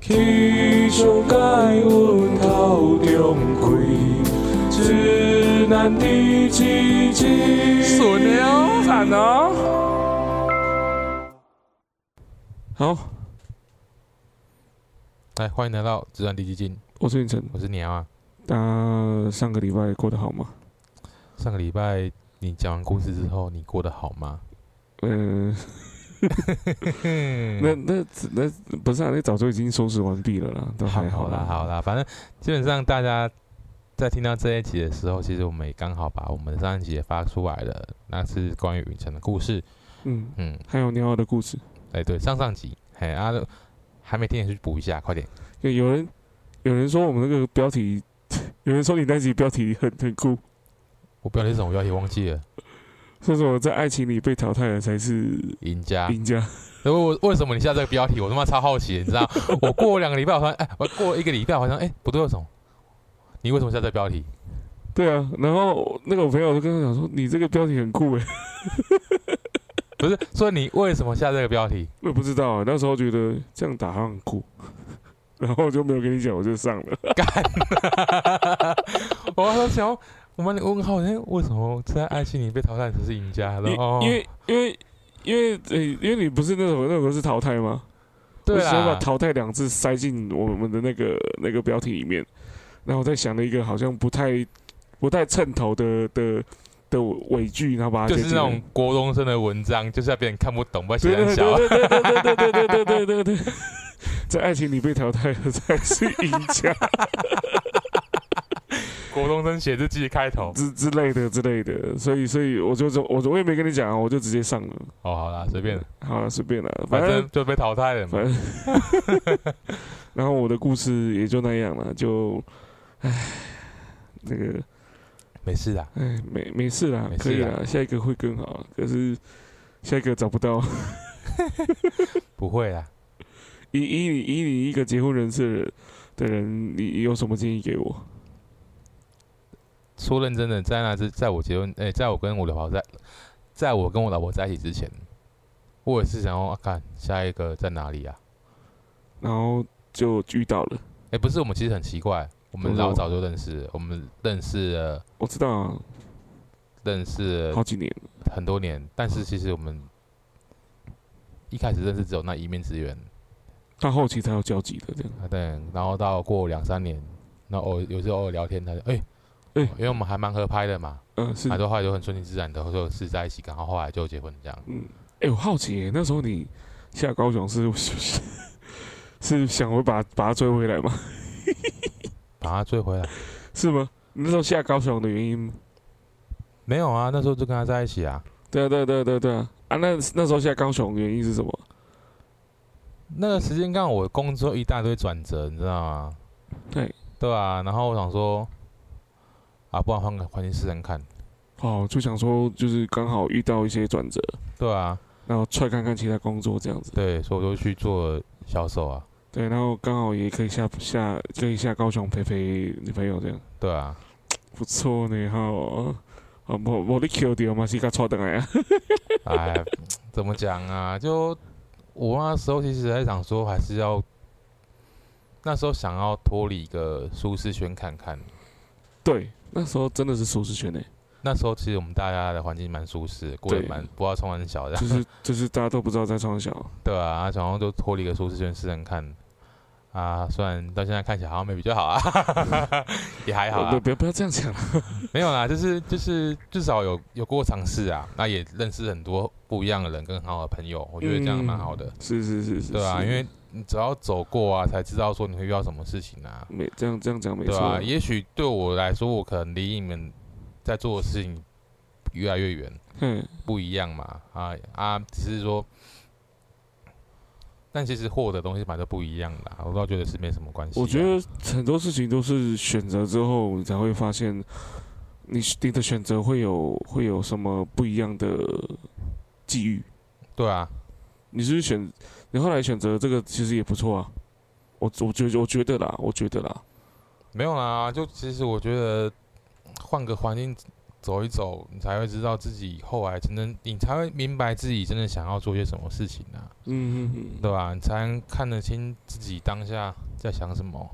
起想解阮头中开，只难知知知。损的哦惨哦。好，来，欢迎来到自然低基金，我是云晨，我是鸟啊。大家上个礼拜过得好吗？上个礼拜你讲完故事之后，你过得好吗？嗯，那那那不是啊，那早就已经收拾完毕了啦，都还好啦，啦。好啦，反正基本上大家在听到这一集的时候，其实我们也刚好把我们的上一集也发出来了，那是关于云城的故事。嗯，嗯，还有鸟儿的故事，哎，对，上上集，嘿啊，还没听也去补一下，快点。有有人有人说我们那个标题， 有人说你那集标题很很酷，我不知道你是什么标题，忘记了。说什么在爱情里被淘汰的才是赢家，赢家。为我为什么你下这个标题？我他妈超好奇，你知道？我过两个礼拜，我突然哎，我过一个礼拜，好像哎不对，为什么？你为什么下这个标题？对啊，然后那个我朋友就跟他讲说，你这个标题很酷欸诶，不是，所以你为什么下这个标题？ 我也不知道啊，那时候觉得这样打好像很酷， 然后我就没有跟你讲，我就上了。我说想，我们问号，哎，为什么在爱情里被淘汰才是赢家？哦然后因为因为因为呃、因为你不是那首那首歌是淘汰吗？对啊我想把啦，淘汰两字塞进我们的那个那个标题里面，然后我在想了一个好像不太不太衬头的的的尾句，然后把它就写是进那来种国中生的文章，就是要别人看不懂，不要写对很对小。对对对对对对对对对对 对，在爱情里被淘汰的才是赢家 国中生写日记开头。之之类的之类的，所以所以我就我我也没跟你讲啊，我就直接上了，哦，好啦，随便，好了随便了，反反正正就被淘汰了嘛反。正，然后我的故事也就那样了，就，唉，那个，没事啦，唉，没没事啦，没事可以啦啦，下一个会更好。啊可是下一个找不到， 不会啦。以以你以你一个结婚人士的人，你你有什么建议给我？说认真的，在那之，在我结婚，哎、在我跟我老婆在，在我跟我老婆在一起之前，我也是想要、啊、看下一个在哪里啊？然后就遇到了，哎、不是，我们其实很奇怪，我们怎么说老早就认识了，我们认识了，我知道、啊、认识了好几年了，很多年，但是其实我们一开始认识只有那一面之缘，到后期才有交集的这样。啊，对，然后到过两三年，那偶有时候偶尔聊天，他就哎。哎因为我们还蛮合拍的嘛，嗯、是。很哎、多后来就很顺其自然的，就是在一起，然后后来就结婚这样。嗯我好奇耶、那时候你下高雄是 是是想会把把他追回来吗？ 把他追回来，是吗？你那时候下高雄的原因吗？没有啊，那时候就跟他在一起啊。对啊，对啊，对啊，对啊，对啊！啊，那那时候下高雄的原因是什么？那个时间刚好我工作一大堆转折，你知道吗？对，对啊，然后我想说，啊，不然换个环境试试看。哦，就想说就是刚好遇到一些转折，对啊，然后踹看看其他工作这样子。对，所以我就去做销售啊。对，然后刚好也可以下下可以下高雄陪陪女朋友这样，对啊，不错呢哈。哦，啊我我你 Q 掉嘛是个错的呀。哎，怎么讲啊？就我那时候其实还想说，还是要那时候想要脱离一个舒适圈看看。 对，那时候真的是舒适圈呢，那时候其实我们大家的环境蛮舒适，过得对蛮不知道从很小的就。是就是大家都不知道在创小，对啊，然后就脱离一个舒适圈试试看啊，虽然到现在看起来好像没比较好啊， 也还好呃不啊，不要不要这样讲啦。没有啦，就是就是至少有有过尝试啊，那也认识很多不一样的人跟很好的朋友，我觉得这样蛮好的，是是是是，对啊，是因为你只要走过啊，才知道说你会遇到什么事情啊，没这样这样讲没对错啊，啊，也许对我来说，我可能离你们在做的事情越来越远，嗯，不一样嘛，啊啊，只是说，但其实获得的东西本来就不一样啦，我倒觉得是没什么关系啊、我觉得很多事情都是选择之后，你才会发现你你的选择会有会有什么不一样的际遇。对啊，你是不是选你后来选择这个，其实也不错啊。我我觉得我觉得啦，我觉得啦，没有啦，就其实我觉得换个环境走一走，你才会知道自己后来真正，你才会明白自己真的想要做些什么事情啊，嗯嗯嗯，对吧？你才能看得清自己当下在想什么。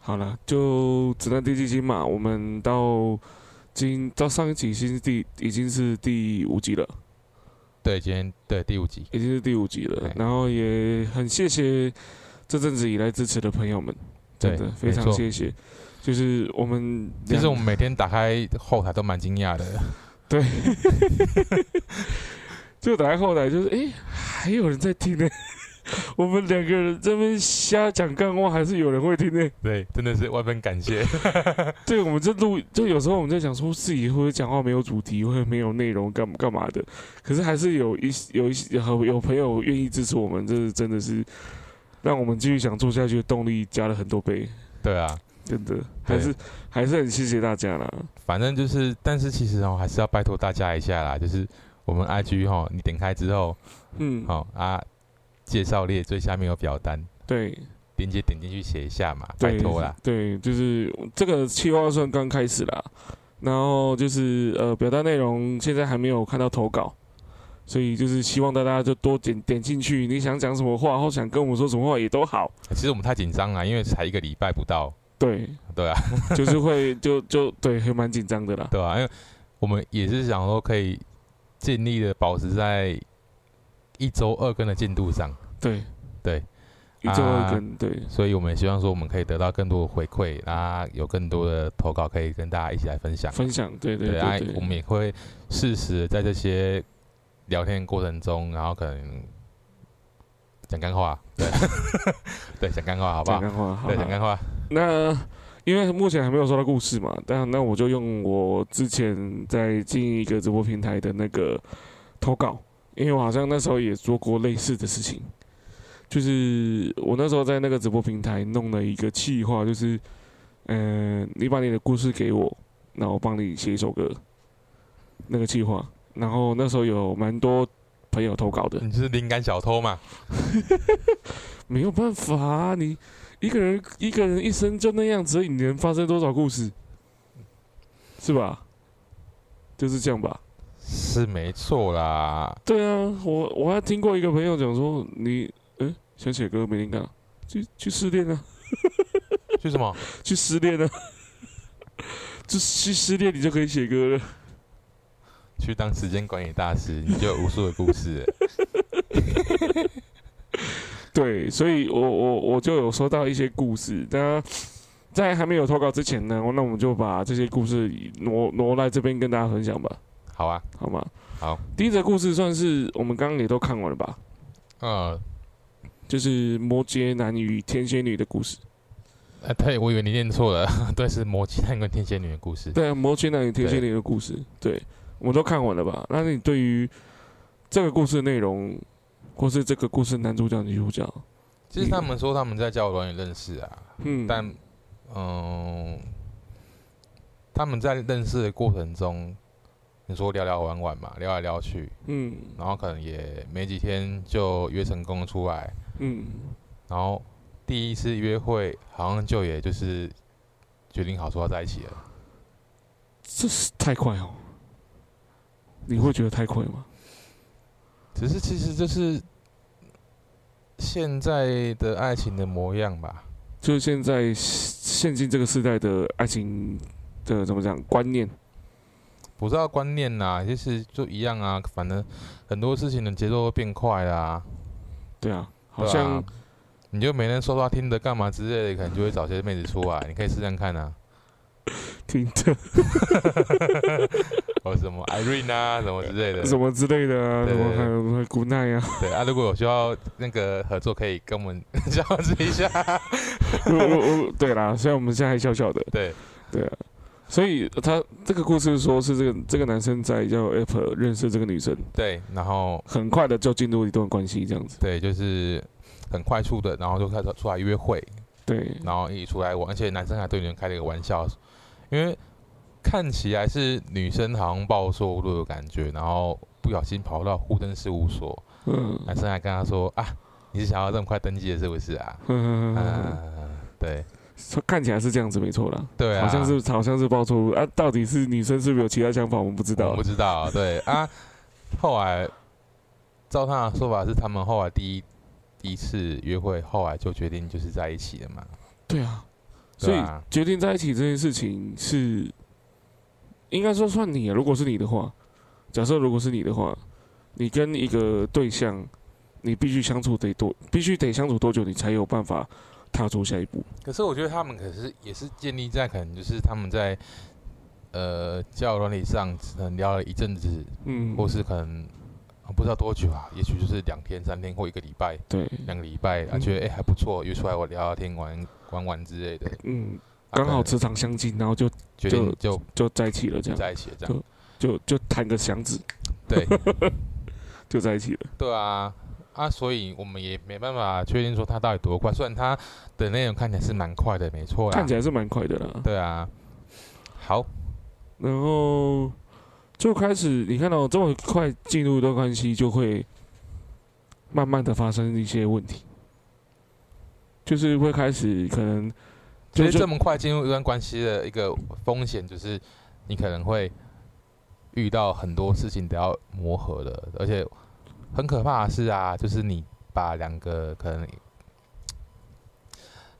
好了，就子弹地基金嘛，我们到今到上一集已经是第已经是第五集了，对，今天对第五集，已经是第五集了对，然后也很谢谢这阵子以来支持的朋友们，真对的，非没常错。谢谢。就是我们两，其实我们每天打开后台都蛮惊讶的， 对，就打开后台就是，诶，还有人在听呢。 我们两个人这边瞎讲干话，还是有人会听呢。对，真的是万分感谢。 对，我们这录就有时候我们在想说自己会不会讲话没有主题，会没有内容干干嘛的，可是还是有一些有一些有有朋友愿意支持我们，这是真的是让我们继续想做下去的动力加了很多倍，对啊，真的还是还是很谢谢大家啦。反正就是，但是其实哦，还是要拜托大家一下啦，就是我们 IG 哈、你点开之后，嗯，，好、啊，介绍列最下面有表单，对，链接点进去写一下嘛，拜对托啦。对，就是这个企划算刚开始啦，然后就是呃，表达内容现在还没有看到投稿，所以就是希望大家就多点点进去，你想讲什么话或想跟我们说什么话也都好，其实我们太紧张了，因为才一个礼拜不到，对， 对啊，就是会就就对，还蛮紧张的啦，对啊，因为我们也是想说可以尽力的保持在一周二更的进度上，对对，一周二啊更，对所以我们也希望说我们可以得到更多的回馈，啊，有更多的投稿可以跟大家一起来分享。分享，对对对啊对，对，我们也会适时地在这些聊天过程中，然后可能讲干话，对， 对，讲干话，好不讲好？干话，好对，啦讲干话，那因为目前还没有收到故事嘛，但那我就用我之前在经营一个直播平台的那个投稿，因为我好像那时候也做过类似的事情，就是我那时候在那个直播平台弄了一个企划，就是嗯、呃你把你的故事给我，那我帮你写一首歌，那个企划，然后那时候有蛮多朋友投稿的，你是灵感小偷嘛？没有办法、啊，你一个人一个人一生就那样子而已，你能发生多少故事？是吧？就是这样吧。是没错啦，对啊，我我还听过一个朋友讲说，你嗯想写歌没灵感啊，去去失恋啊，去什么？去失恋啊， 就去失恋你就可以写歌了。去当时间管理大师，你就有无数的故事了。对，所以我我我就有收到一些故事。那在还没有投稿之前呢，那我们就把这些故事挪挪来这边跟大家分享吧。好啊，好吗？好，第一则故事算是我们刚刚也都看完了吧？嗯，就是摩羯男与天蝎女的故事。呃，对，我以为你念错了， 对，是魔羯蛋跟天蝎女的故事。对啊，摩羯男与天蝎女的故事，对，我们都看完了吧？那你对于这个故事的内容，或是这个故事男主角、女主角，其实他们说他们在交友软件认识啊，嗯，但嗯，他们在认识的过程中，你说聊聊玩玩嘛，聊来聊去，嗯然后可能也没几天就约成功出来，嗯，然后第一次约会好像就也就是决定好说要在一起了，这是太快哦。你会觉得太快吗？只是其实就是现在的爱情的模样吧，就是现在现今这个时代的爱情的怎么讲观念？不知道观念啦，就是就一样啊，反正很多事情的节奏会变快啦，对啊，好对啊像、你就每天刷刷听的干嘛之类的，可能就会找些妹子出来，你可以试试看啊， 听着或者什么 Irene 啊，什么之类 的。什么之类的啊，对什么对还有什么 Good night 啊， 对啊，如果有需要那个合作，可以跟我们 交织一下。我我我，对啦，虽然我们现在还小小的，对，对啊，所以他这个故事说是这个这个男生在交友 app 认识这个女生，对，然后很快的就进入一段关系这样子，对，就是很快速的，然后就开始出来约会，对，然后一起出来玩，而且男生还对女生开了一个玩笑，因为看起来是女生好像暴瘦无路的感觉，然后不小心跑到户政事务所，嗯男生还跟他说啊，你是想要这么快登记的，是不是啊？嗯，啊，对，看起来是这样子，没错啦。对啊，好像是好像是爆错误啊，到底是女生是不是有其他想法，我们不知道我啊不。知道啊，对啊。后来，照他的说法是，他们后来第一第一次约会，后来就决定就是在一起了嘛。对啊，所对以啊，决定在一起这件事情是，应该说算你啊。如果是你的话，假设如果是你的话，你跟一个对象，你必须相处得多，必须得相处多久，你才有办法踏出下一步。可是我觉得他们可是也是建立在可能就是他们在呃交友伦理上可能聊了一阵子，嗯，或是可能。啊不知道多久啊，也许就是两天、三天或一个礼拜、对，两个礼拜，啊，嗯觉得哎、还不错，约出来我聊聊天、玩玩玩之类的，嗯，啊刚好可能磁场相近，然后就决定就就在一起了，这样在一起了这样，就就弹个响指，对， 就在一起了。对啊，啊，所以我们也没办法确定说他到底多快。虽然他的内容看起来是蛮快的，没错啦。看起来是蛮快的啦。对啊。好，然后就开始，你看到、这么快进入一段关系，就会慢慢的发生一些问题，就是会开始可能其就实这就么快进入一段关系的一个风险就是，你可能会遇到很多事情都要磨合的，而且很可怕的是啊，就是你把两个可能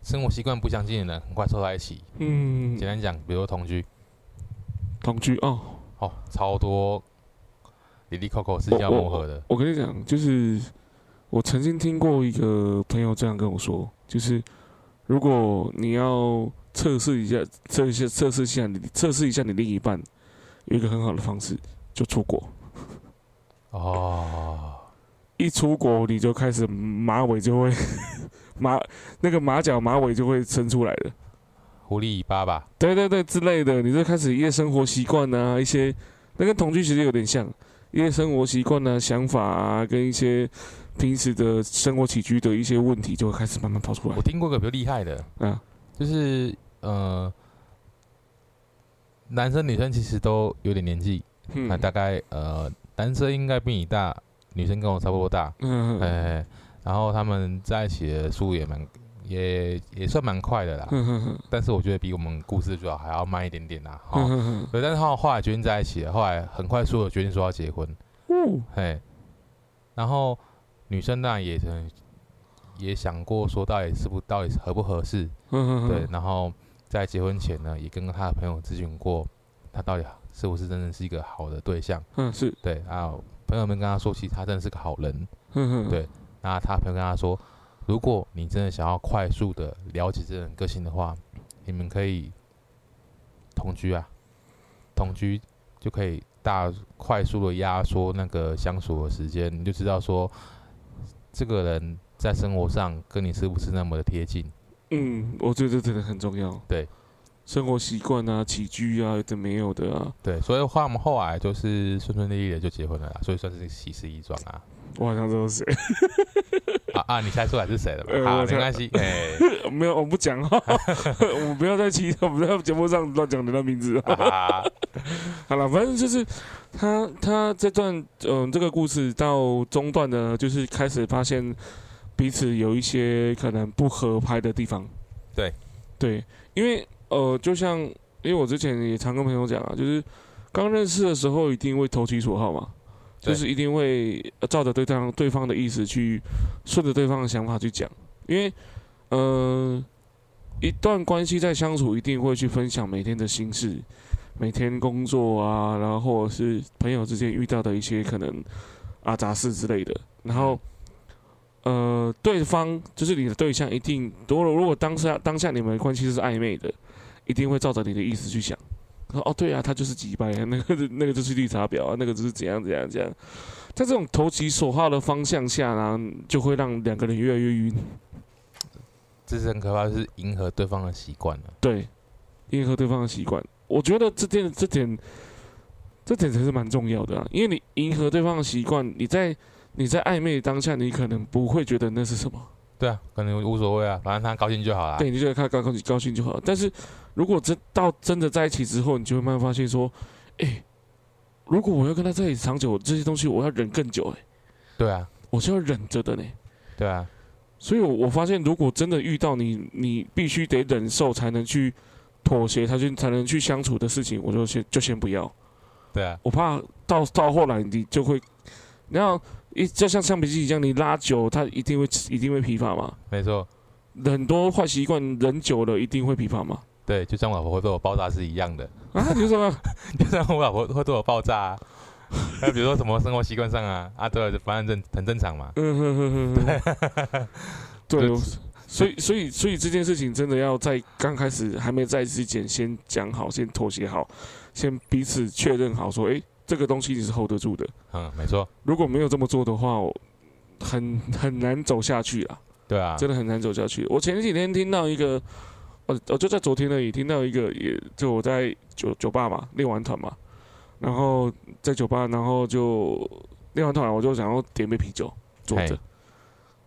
生活习惯不相近的人很快凑在一起。嗯简单讲，比如说同居，同居哦。哦，超多里里扣扣是我要磨合的。我跟你讲，就是我曾经听过一个朋友这样跟我说，就是如果你要测试一下、测一下、测试一下你、测试一下你另一半，有一个很好的方式，就出国。哦，一出国你就开始马尾就会 马那个马脚马尾就会伸出来了，狐狸尾巴吧？对对对之类的，你就开始一些生活习惯啊，一些那跟同居其实有点像，一些生活习惯啊、想法啊，跟一些平时的生活起居的一些问题就会开始慢慢跑出来我。听过个比较厉害的，啊，就是呃，男生女生其实都有点年纪，嗯那、大概呃，男生应该比你大，女生跟我差不多大，嗯哎、然后他们在一起的速度也蛮也也算蛮快的啦，嗯嗯但是我觉得比我们故事主角还要慢一点点啦，哈、嗯对，但是他们后来决定在一起了，后来很快速的决定说要结婚，嗯，嘿，然后女生当然也很也想过说到底是不到底合不合适，嗯对，，然后在结婚前呢，也跟她的朋友咨询过，她到底是不是真的是一个好的对象，嗯是，对啊，朋友们跟她说，其实她真的是个好人，嗯，那她朋友跟她说，如果你真的想要快速的了解这个人个性的话，你们可以同居啊，同居就可以大快速的压缩那个相处的时间，你就知道说这个人在生活上跟你是不是那么的贴近。嗯，我觉得这真的很重要。对，生活习惯啊、起居啊，有的没有的啊，对，所以话我们后来就是顺顺利利的就结婚了啦，所以算是喜事一桩啊。我好像知道是谁。啊啊，你猜出来是谁了吧？呃好，我猜没 关系，哎、没有，我不讲哈，我不要在其我不要在节目上乱讲人家名字。哈哈好了，反正就是他他这段嗯、这个故事到中段呢，就是开始发现彼此有一些可能不合拍的地方。对对，因为呃，就像因为我之前也常跟朋友讲啊，就是刚认识的时候一定会投其所好嘛。就对是一定会呃照着对方对方的意思去，顺着对方的想法去讲，因为，呃，一段关系在相处一定会去分享每天的心事，每天工作啊，然后或者是朋友之间遇到的一些可能啊杂事之类的，然后。呃，对方就是你的对象，一定如果如果当下当下你们的关系是暧昧的，一定会照着你的意思去想。说哦，对啊，他就是几百啊，那个那个就是绿茶婊啊，那个就是怎样怎样怎样。在这种投其所好的方向下呢，就会让两个人越来越晕。这是很可怕，就是迎合对方的习惯了。对，迎合对方的习惯，我觉得这点这点这点才是蛮重要的啊，因为你迎合对方的习惯，你在你在暧昧当下，你可能不会觉得那是什么，对啊，可能无所谓啊，反正他高兴就好啦。对，你就觉得他高高高兴就好了。但是如果真到真的在一起之后，你就会慢慢发现说，哎、如果我要跟他在一起长久，这些东西我要忍更久、哎，对啊，我是要忍着的呢。对啊，所以我，我发现，如果真的遇到你，你必须得忍受才能去妥协，才去才能去相处的事情，我就先就先不要。对啊，我怕到到后来你就会，你要一就像橡皮筋一样，你拉久，它一定会一定会疲乏嘛。没错，很多坏习惯忍久了一定会疲乏嘛。对，就像我老婆会对我爆炸是一样的， 啊，你说什么？就像我老婆会对我爆炸、啊， 还有比如说什么生活习惯上啊，啊，对啊，反正正很正常嘛。嗯哼哼哼哼，对，我所以所以所以这件事情真的要在刚开始还没在之前先讲好，先妥协好，先彼此确认好，说，诶，这个东西你是 hold 得住的。嗯，没错，如果没有这么做的话，我很很难走下去啊，对啊，真的很难走下去。我前几天听到一个，我我就在昨天而已，听到一个，也就我在酒酒吧嘛，练完团嘛，然后在酒吧，然后就练完团，我就想要点杯啤酒，坐着嘿，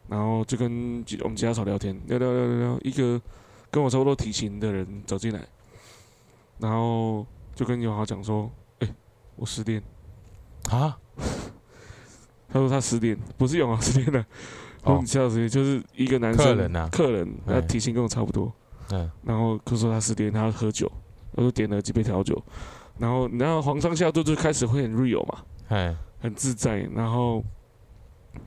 然后就跟其我们其他嫂聊天，聊聊聊聊聊，一个跟我差不多体型的人走进来，然后就跟友豪讲说：“哎、我失恋。”啊，他说他失恋，不是永豪失恋了，哦他们其他失恋就是一个男生客人啊客人他哎体型跟我差不多，嗯，然后就说他失恋，他喝酒，我就点了几杯调酒，然后然后皇上下肚就开始会很 real 嘛，嘿，很自在，然后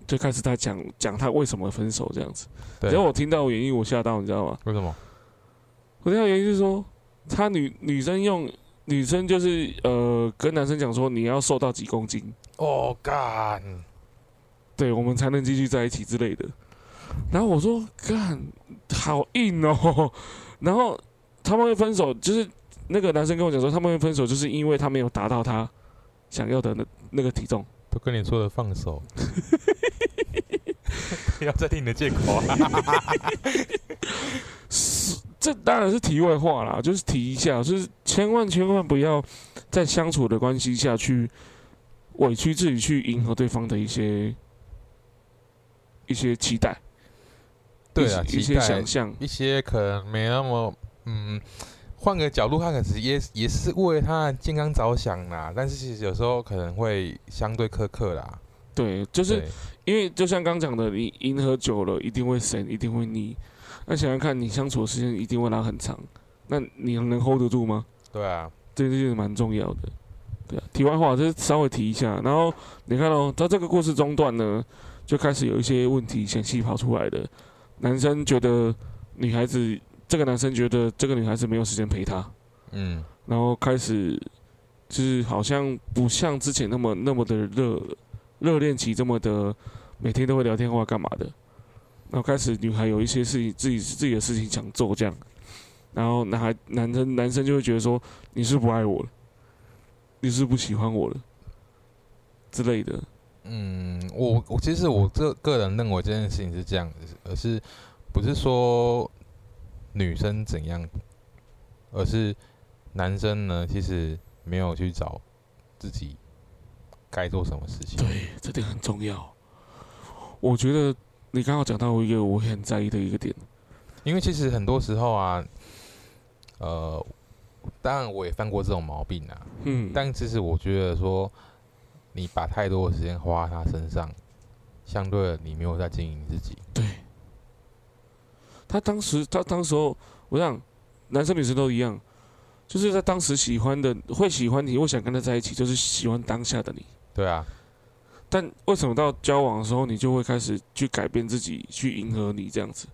就开始他讲讲他为什么分手这样子，对，然后我听到原因我吓到，你知道吗？为什么？我听到原因是说他女女生用女生就是呃跟男生讲说你要瘦到几公斤，哦，干，对我们才能继续在一起之类的。然后我说干，好硬哦。 然后他们会分手，就是那个男生跟我讲说他们会分手，就是因为他没有达到他想要的那那个体重。都跟你说了 放手， 不要再听你的借口 啊！是，这当然是题外话啦，就是提一下，就是千万千万不要在相处的关系下去委屈自己去迎合对方的一些一些期待，对啊，一些一期些待想象，一些可能没那么，嗯，换个角度看，可是也也是为他的健康着想啦。但是其实有时候可能会相对苛刻啦，对，就是对因为就像刚讲的，你迎合久了一定会神，一定会腻。那想想看，你相处的时间一定会拉很长，那你能 hold 得住吗？对啊，这件事情蛮重要的。对啊，题外话，就是稍微提一下。然后你看哦，在这个故事中段呢，就开始有一些问题显细跑出来的。男生觉得女孩子，这个男生觉得这个女孩子没有时间陪他，嗯，然后开始就是好像不像之前那么那么的热热恋期这么的每天都会聊天或干嘛的，然后开始女孩有一些事情自己自己的事情想做这样，然后男孩男生男生就会觉得说你是不爱我了，你是不喜欢我了之类的，嗯，我我其实我这个人认为这件事情是这样子，而是不是说女生怎样，而是男生呢，其实没有去找自己该做什么事情。对，这点很重要。我觉得你刚好讲到一个我很在意的一个点，因为其实很多时候啊，呃，当然我也犯过这种毛病啊，嗯，但其实我觉得说，你把太多的时间花在他身上，相对的你没有在经营自己。对，他当时他当时候，我想男生女生都一样，就是在当时喜欢的会喜欢你，会想跟他在一起，就是喜欢当下的你。对啊，但为什么到交往的时候，你就会开始去改变自己，去迎合你这样子？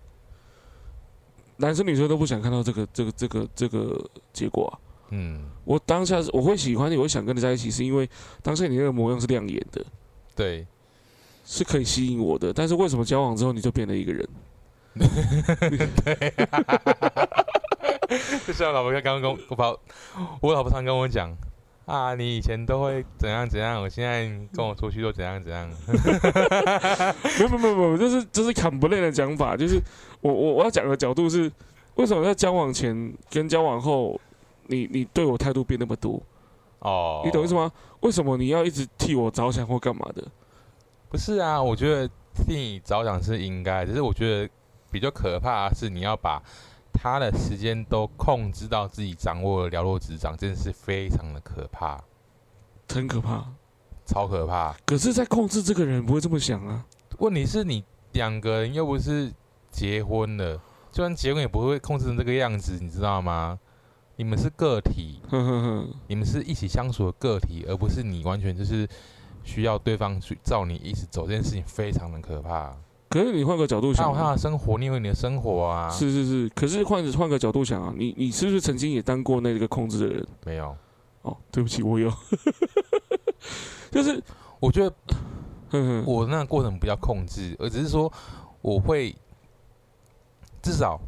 男生女生都不想看到这个这个这个这个结果啊！嗯，我当下是我会喜欢你，我会想跟你在一起，是因为当下你那个模样是亮眼的，对，是可以吸引我的。但是为什么交往之后你就变了一个人？就像老婆刚刚跟我我把我老婆常跟我讲啊，你以前都会怎样怎样，我现在跟我出去都怎样怎样。没有没有没有，这是这是砍不累的讲法，就是我我我要讲的角度是，为什么在交往前跟交往后，你你对我态度变那么多，哦，你懂意思吗？吗？为什么你要一直替我着想或干嘛的？不是啊，我觉得替你着想是应该，只是我觉得比较可怕的是你要把他的时间都控制到自己掌握的了若指掌，真的是非常的可怕，很可怕。超可怕。可是，在控制这个人不会这么想啊，问题是你两个人又不是结婚了，就算结婚也不会控制成这个样子，你知道吗？你们是个体，哼哼哼，你们是一起相处的个体，而不是你完全就是需要对方去照你意思走，这件事情非常的可怕。可是你换个角度他想有他啊，的生活，你有你的生活啊，是是是，可是换换个角度想啊，你你是不是曾经也当过那个控制的人？没有？哦，对不起，我有，就是，我觉得哼哼，我那个过程不叫控制，而只是说我会至少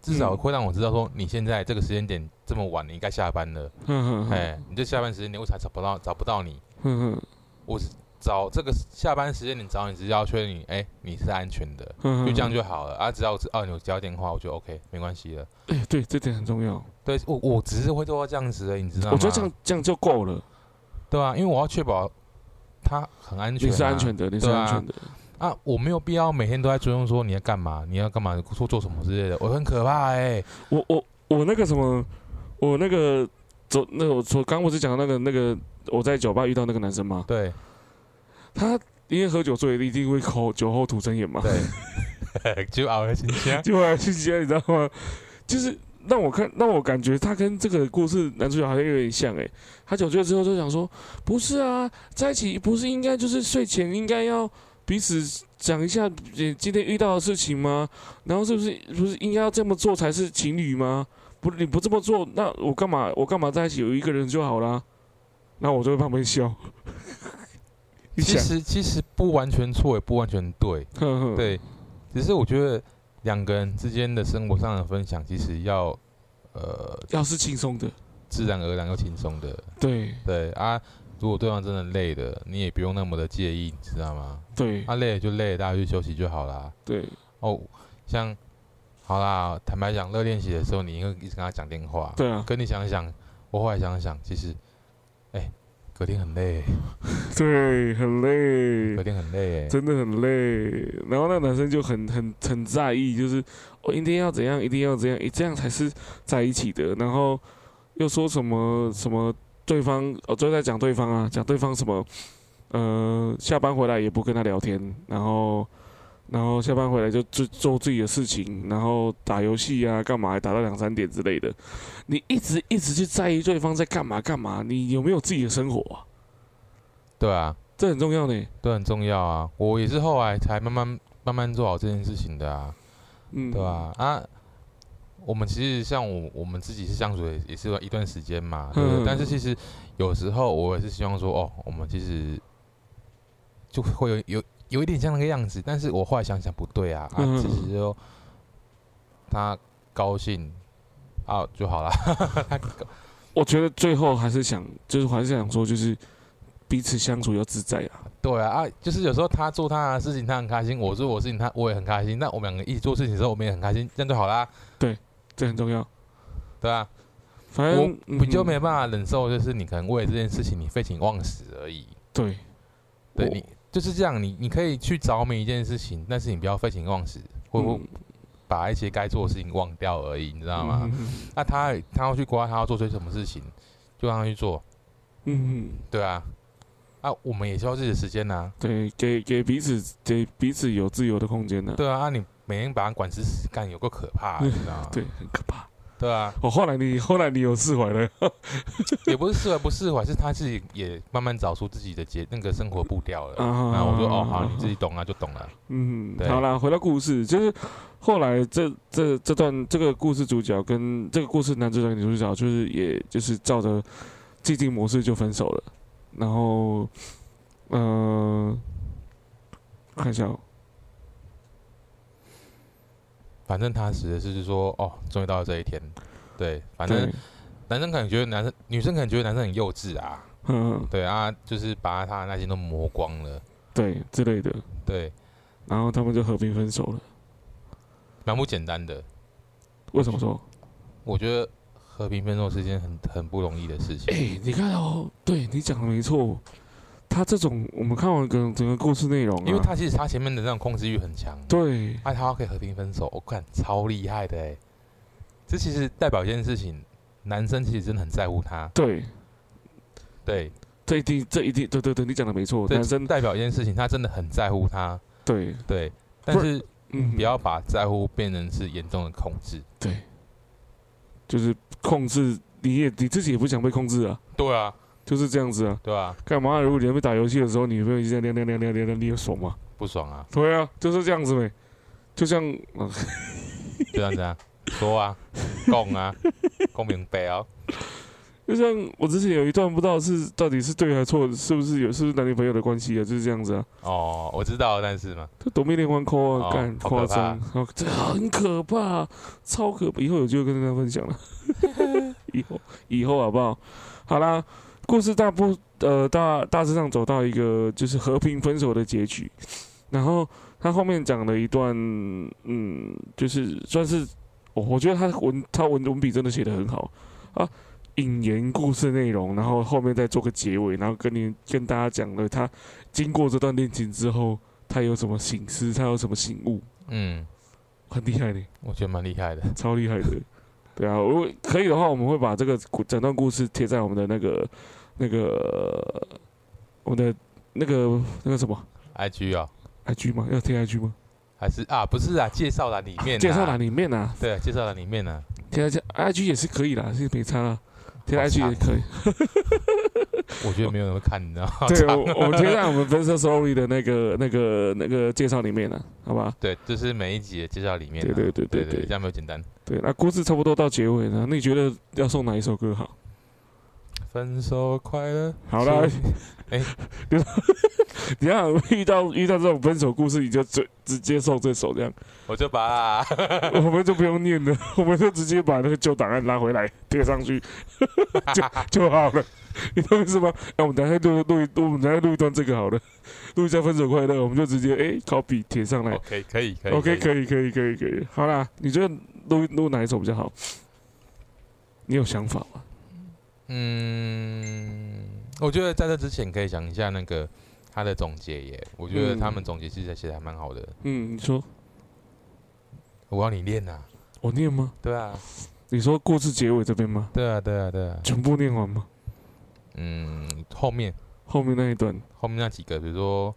至少嗯会让我知道说你现在这个时间点这么晚，你应该下班了。哼哼哼，哎、你这下班时间点为啥找不到找不到你？哼哼我是找这个下班时间点找你，只是要确定你哎、你是安全的，哼，就这样哼就好了啊。只要我知哦，你有接到电话，我就 OK，没关系了。哎对，这点很重要。对我我只是会做到这样子而已，你知道吗？我觉得这样这样就够了，对啊，因为我要确保他很安全、你是安全的，你是对啊安全的，啊，我没有必要每天都在追踪说你要干嘛，你要干嘛，做做什么之类的，我很可怕哎、我我我那个什么，我那个昨那个我昨刚不是讲到那个那个我在酒吧遇到那个男生吗？对他因为喝酒醉，一定会口酒后吐真言嘛，对， 就熬了心情。啊就后来去接，你知道吗？就是让我看让我感觉他跟这个故事男主角好像有点像诶、他酒醉之后就想说，不是啊，在一起不是应该就是睡前应该要彼此讲一下呃今天遇到的事情吗？然后是不是不是应该要这么做才是情侣吗？不，你不这么做，那我干嘛我干嘛在一起有一个人就好啦？那我就会旁边笑。你 其想，实其实不完全错，也不完全对，呵呵，对，只是我觉得两个人之间的生活上的分享，其实要呃要是轻松的，自然而然又轻松的，对对啊。如果对方真的累了，你也不用那么的介意，你知道吗？对他、累了就累了，大家去休息就好啦。对，哦，像好啦，坦白讲，热恋期的时候，你会一直跟他讲电话，对啊，可你想想，我后来想想，其实，哎、隔天很累，对，很累隔。天很累，哎，真的很累。然后那个男生就很很很在意，就是我、哦一定要怎样，一定要怎样，诶这样才是在一起的。然后又说什么什么对方，哦，就在讲对方啊，讲对方什么，呃，下班回来也不跟他聊天，然后然后下班回来就做做自己的事情，然后打游戏啊，干嘛打到两三点之类的。你一直一直去在意对方在干嘛干嘛，你有没有自己的生活啊？对啊，这很重要呢。都很重要啊。我也是后来才慢慢慢慢做好这件事情的啊，嗯，对吧、啊？我们其实像我我们自己是相处也也是一段时间嘛，对不对嗯但是其实有时候我也是希望说，哦，我们其实就会有有有一点像那个样子，但是我后来想想不对啊，啊，嗯其实就他高兴啊就好 啦。我觉得最后还是想，就是还是想说，就是彼此相处要自在啊。对啊，啊，就是有时候他做他的事情，他很开心；我做我的事情，他我也很开心。那我们两个一起做事情的时候，我们也很开心，这样就好啦，这很重要。对啊，反我正嗯你就没办法忍受，就是你可能为了这件事情你废寝忘食而已。对，对我你就是这样，你你可以去着迷一件事情，但是你不要废寝忘食，或或嗯把一些该做的事情忘掉而已，你知道吗？嗯嗯那他他要去国外，他要做些什么事情，就让他去做，嗯，嗯对啊，啊，我们也需要自己的时间呐、对，给给彼此给彼此有自由的空间呢、对啊，啊，你每天把他管死死干，有够可怕，啊你知道吗？ 对，很可怕。对啊，哦，后来你后来你有释怀了，也不是释怀不释怀，是他自己也慢慢找出自己的节那个生活步调了。啊然后我说哦，好，你自己懂啊，就懂了。嗯，对好啦，回到故事，就是后来这这这段这个故事主角跟这个故事男主角跟女主角，就是也就是照着既定模式就分手了，然后呃，看一下、哦，反正他指的是说哦，终于到了这一天。对，反正对，男生可能觉得男生，女生可能觉得男生很幼稚啊，嗯，对啊，就是把他的耐心都磨光了，对之类的，对，然后他们就和平分手了。蛮不简单的。为什么说？我觉得和平分手是一件很很不容易的事情。哎、 你看哦，对你讲的没错，他这种我们看完整整个故事内容、啊，因为他其实他前面的那种控制欲很强，对，啊，他可以和平分手，我、看超厉害的哎、这其实代表一件事情，男生其实真的很在乎他，对，对，这一定这一定，对对对，你讲的没错，这男生代表一件事情，他真的很在乎他，对，对，但不是嗯，不要把在乎变成是严重的控制。对，就是控制，你也你自己也不想被控制啊，对啊，就是这样子啊。对啊，干嘛？如果你在那边打游戏的时候，女朋友一直在亮亮亮亮亮亮，你有爽吗？不爽啊，对啊，就是这样子呗。就像，啊就这样子啊，说啊，供啊，供明白啊，就像我之前有一段不知道是到底是对还是错，是不是有是不是男女朋友的关系啊？就是这样子啊，哦，我知道，但是嘛，就夺命连环 call 啊，哦干好可夸怕张，好这很可怕，超可怕。以后有机会跟大家分享了， 以后以后好不好？好啦，故事大部呃大大致上走到一个就是和平分手的结局，然后他后面讲了一段，嗯，就是算是我我觉得他文他文文笔真的写得很好啊，引言故事内容，然后后面再做个结尾，然后跟你跟大家讲了他经过这段恋情之后，他有什么醒思，他有什么醒悟，嗯，很厉害的，我觉得蛮厉害的。 超厉害的。对啊，如果可以的话，我们会把这个故整段故事贴在我们的那个那个我们的那个那个什么 IG 哦， IG 吗？要贴 IG 吗？还是啊，不是啊，介绍栏里面、啊，介绍栏里面啊，对，介绍栏里面啊呢、贴在 IG 也是可以啦，是没差啦。贴在 IG 也可以，我觉得没有人会看，你知道吗？对，我我们贴在我们分手 Story 的那个、那个、那个介绍里面了，好吧？对，就是每一集的介绍里面、啊，对对对对对对这样没有简单。对，那故事差不多到结尾了，那你觉得要送哪一首歌好？分手快乐，好啦祝， 你看遇到遇到这种分手故事，你就直直接送这首这样，我 就把、 我们就不用念了，我们就直接把那个旧档案拉回来贴上去 就就好了。你懂我意思吗？那、我们等下录录一，我们等下录一段这个好了，录一下分手快乐，我们就直接哎 copy 贴上来。 OK，可哦以，可以 OK，可以，可以，可以，可以。好啦，你觉得录录哪一首比较好？你有想法吗？嗯，我觉得在这之前可以讲一下那个他的总结耶。我觉得嗯他们总结其实写的还蛮好的。嗯，你说我要你练啊，我念吗？对啊，你说故事结尾这边吗？对啊，对啊，对啊。全部念完吗？嗯，后面后面那一段，后面那几个，比如说，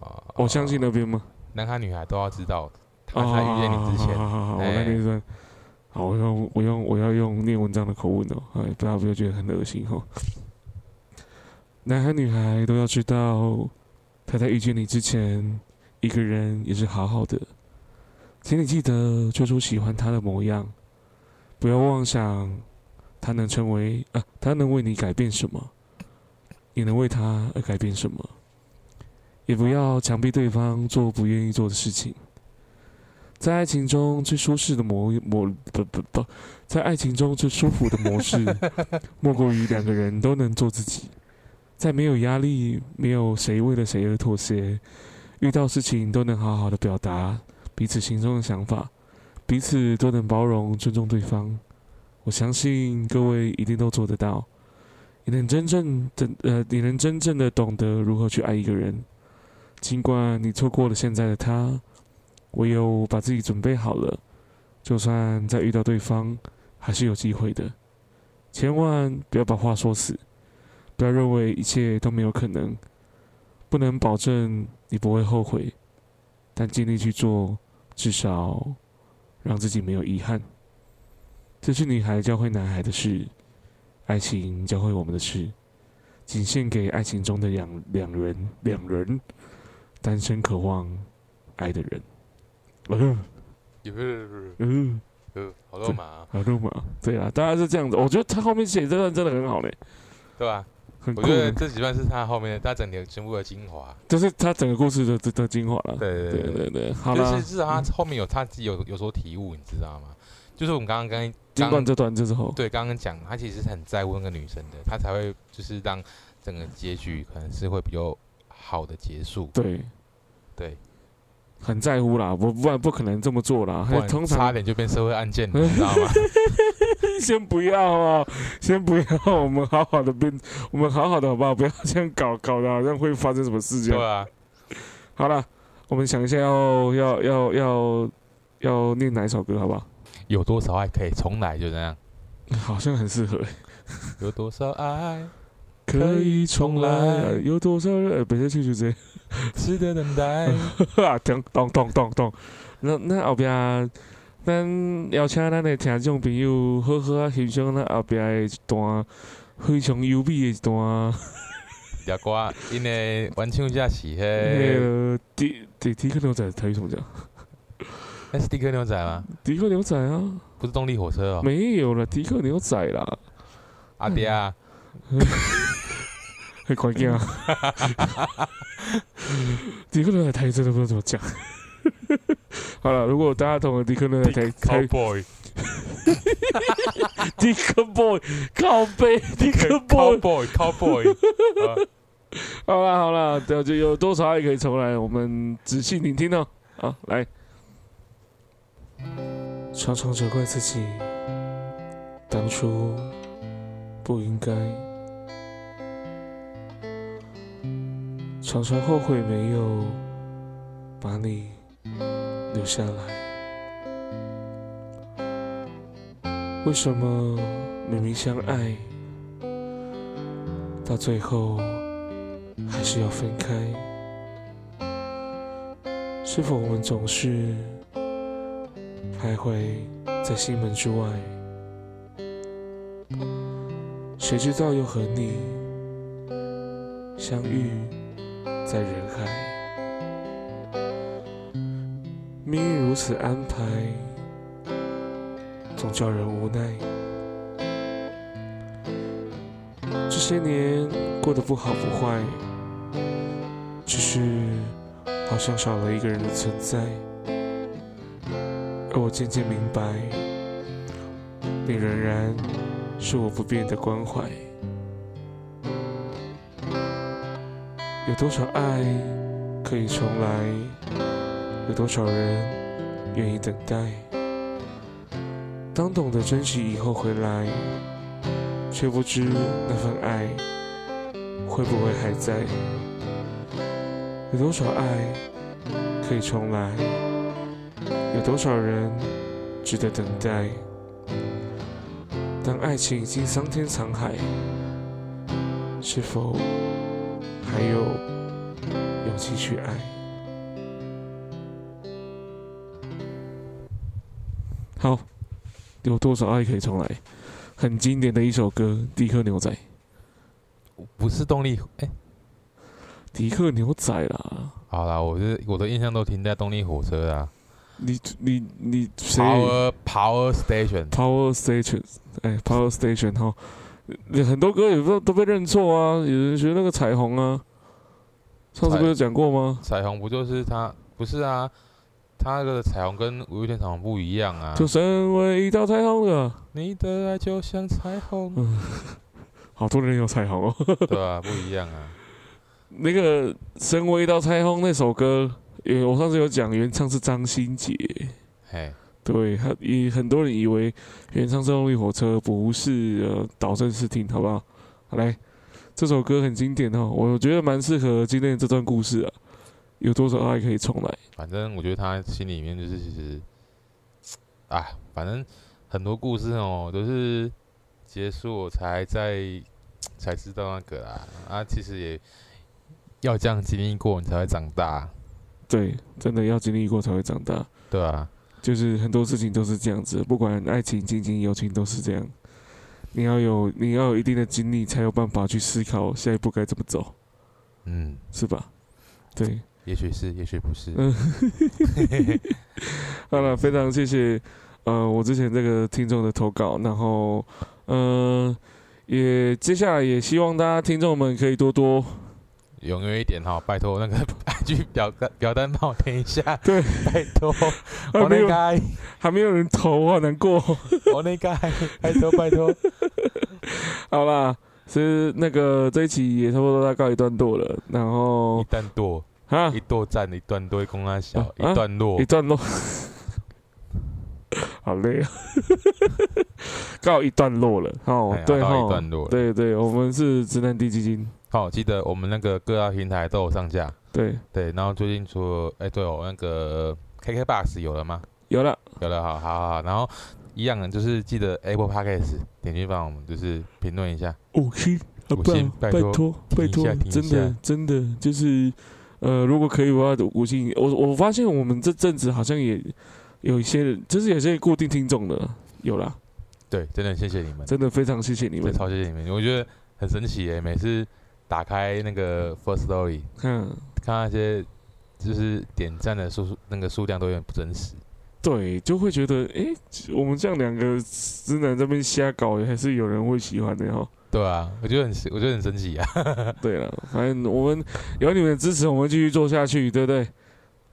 呃我相信那边吗？男孩女孩都要知道，他在遇见你之前，好好好好，我哎那边算。好，我用我用我要用念文章的口吻哦，哎，不然不就觉得很恶心哦。男孩女孩都要知道，他在遇见你之前，一个人也是好好的，请你记得做出喜欢他的模样，不要妄想他能成为啊，他能为你改变什么，你能为他而改变什么，也不要强逼对方做不愿意做的事情。在爱情中最舒适的模模不不不，在爱情中最舒服的模式，莫过于两个人都能做自己，在没有压力、没有谁为了谁而妥协，遇到事情都能好好的表达彼此心中的想法，彼此都能包容、尊重对方。我相信各位一定都做得到，也能真正的呃，你能真正的懂得如何去爱一个人，尽管你错过了现在的他。唯有把自己准备好了，就算再遇到对方，还是有机会的。千万不要把话说死，不要认为一切都没有可能。不能保证你不会后悔，但尽力去做，至少让自己没有遗憾。这是女孩教会男孩的事，爱情教会我们的事，仅献给爱情中的两两人两人，单身渴望爱的人。嗯嗯，嗯，呃好肉 麻啊，好肉麻，对啊，当然是这样子。我觉得他后面写这段真的很好嘞，对吧？很我酷觉得的，这几段是他后面的，他整体全部的精华。就是他整个故事的的的精华了。对对对对，好就啦嗯是，至少他后面有他自己有有所体悟，你知道吗？就是我们刚刚刚经过刚这段之后，对刚刚讲，他其实是很在乎那个女生的，他才会就是让整个结局可能是会比较好的结束。对对，很在乎啦，不不然不可能这么做啦。不还然通差常点就变社会案件了，你知道吗？ 先不要啊，先不要，我们好好的变，我们好好的好不好？不要这样搞，搞得好像会发生什么事情对。啊，好啦，我们想一下要要要要要念哪一首歌，好不好？有多少爱可以重来，就这样。好像很适合欸，有多少爱可以重来。呃有多少人？呃，不是，就是这样。值得等待。 啊，咚咚咚咚咚。那那后壁，咱邀请咱的听众朋友好好啊欣赏咱后壁的一段非常优美的一段。聊瓜，因为玩唱一下是那嘿，个呃迪迪迪克牛仔台语怎么讲？那是迪克牛仔吗？迪克牛仔啊，不是动力火车哦，没有了，迪克牛仔啦，阿 爹啊，很关键啊。 迪克牛仔台语真的不知道怎么讲。 好了，如果大家懂得迪克牛仔台台 cowboy 迪克 boy 靠背迪克 boy cowboy cowboy，好啦好啦，对，就有多少爱可以重来，我们仔细聆听哦。好，来，常常责怪自己，当初不应该，常常后悔没有把你留下来。为什么明明相爱，到最后？还是要分开？是否我们总是徘徊在心门之外？谁知道又和你相遇在人海？命运如此安排，总叫人无奈。这些年过得不好不坏，只是好像少了一个人的存在。而我渐渐明白，你仍然是我不变的关怀。有多少爱可以重来？有多少人愿意等待？当懂得珍惜以后回来，却不知那份爱会不会还在。有多少爱可以重来？有多少人值得等待？当爱情已经桑田沧海，是否还有勇气去爱？好，有多少爱可以重来？很经典的一首歌，《迪克牛仔》。不是动力，哎，迪克牛仔啦，好啦，我是我的印象都停在动力火车啦你你你谁，Power Power Station， ？Power Station，哎，Power Station 哈，很多歌也不知道都被认错啊，有人学那个彩虹啊，上次不是有讲过吗？彩虹不就是它？不是啊，它的彩虹跟五月天彩虹不一样啊。就身为一道彩虹的，你的爱就像 彩虹，嗯，好多人有彩虹哦。 对啊，不一样啊。那个《身为一道彩虹》那首歌，因为我上次有讲，原唱是张新杰，嘿，对他以很多人以为原唱《动力火车》不是呃导正视听，好不好？好来，这首歌很经典哦，我觉得蛮适合今天的这段故事啊。有多少爱可以重来？反正我觉得他心里面就是其实，哎，反正很多故事哦都是结束我才在才知道那个啦。啊，其实也要这样经历过，你才会长大，对，真的要经历过才会长大，对啊，就是很多事情都是这样子，不管爱情、亲情、友情都是这样。你要有你要有一定的经历，才有办法去思考下一步该怎么走，嗯，是吧？对，也许是，也许不是。嗯好了，非常谢谢，呃，我之前这个听众的投稿，然后，嗯、也接下来也希望大家听众们可以多多，踊跃一点哈，拜托那个 IG 表单表单帮我填一下，对，拜 托，还没我哦那有该，还没有人投，我好难过。 我那该，拜托拜托，好啦，是那个这一期也差不多大告一段落了，然一后段落，啊一，段站，一段多，公安小啊，一段落一，段落， 好累啊， 告一段落了，哦哎，呀对到一哦段落了对对，我们是直男低基金，好，记得我们那个各大平台都有上架，对，对，然后最近除了，哎、对哦，那个 KKBox 有了吗？有了，有了，好好好，然后一样的就是记得 Apple Podcast 点击帮我们就是评论一下，五星啊，我不然先拜拜托托停拜一托下，停一真的下真的就是，呃，如果可以的话，我信我我发现我们这阵子好像也有一些人，就是有些固定听众了，有啦，对，真的谢谢你们，真的非常谢谢你真们的，超谢谢你们，我觉得很神奇耶，每次打开那个 First Story，嗯，看到那些就是点赞的数那个数量都有点不真实，对，就会觉得，诶，我们这样两个直男这边瞎搞，还是有人会喜欢的 哈。对啊，我觉得很我觉得很神奇啊，对了，反正我们有你们的支持，我们继续做下去，对不对？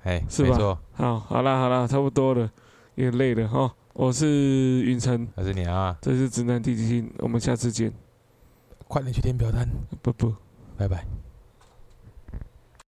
哎，是吧没错，好，好啦，好啦，差不多了，也累了哈。我是云晨，还是你啊，这是直男地基星，我们下次见，快点去填表单，不不。拜拜。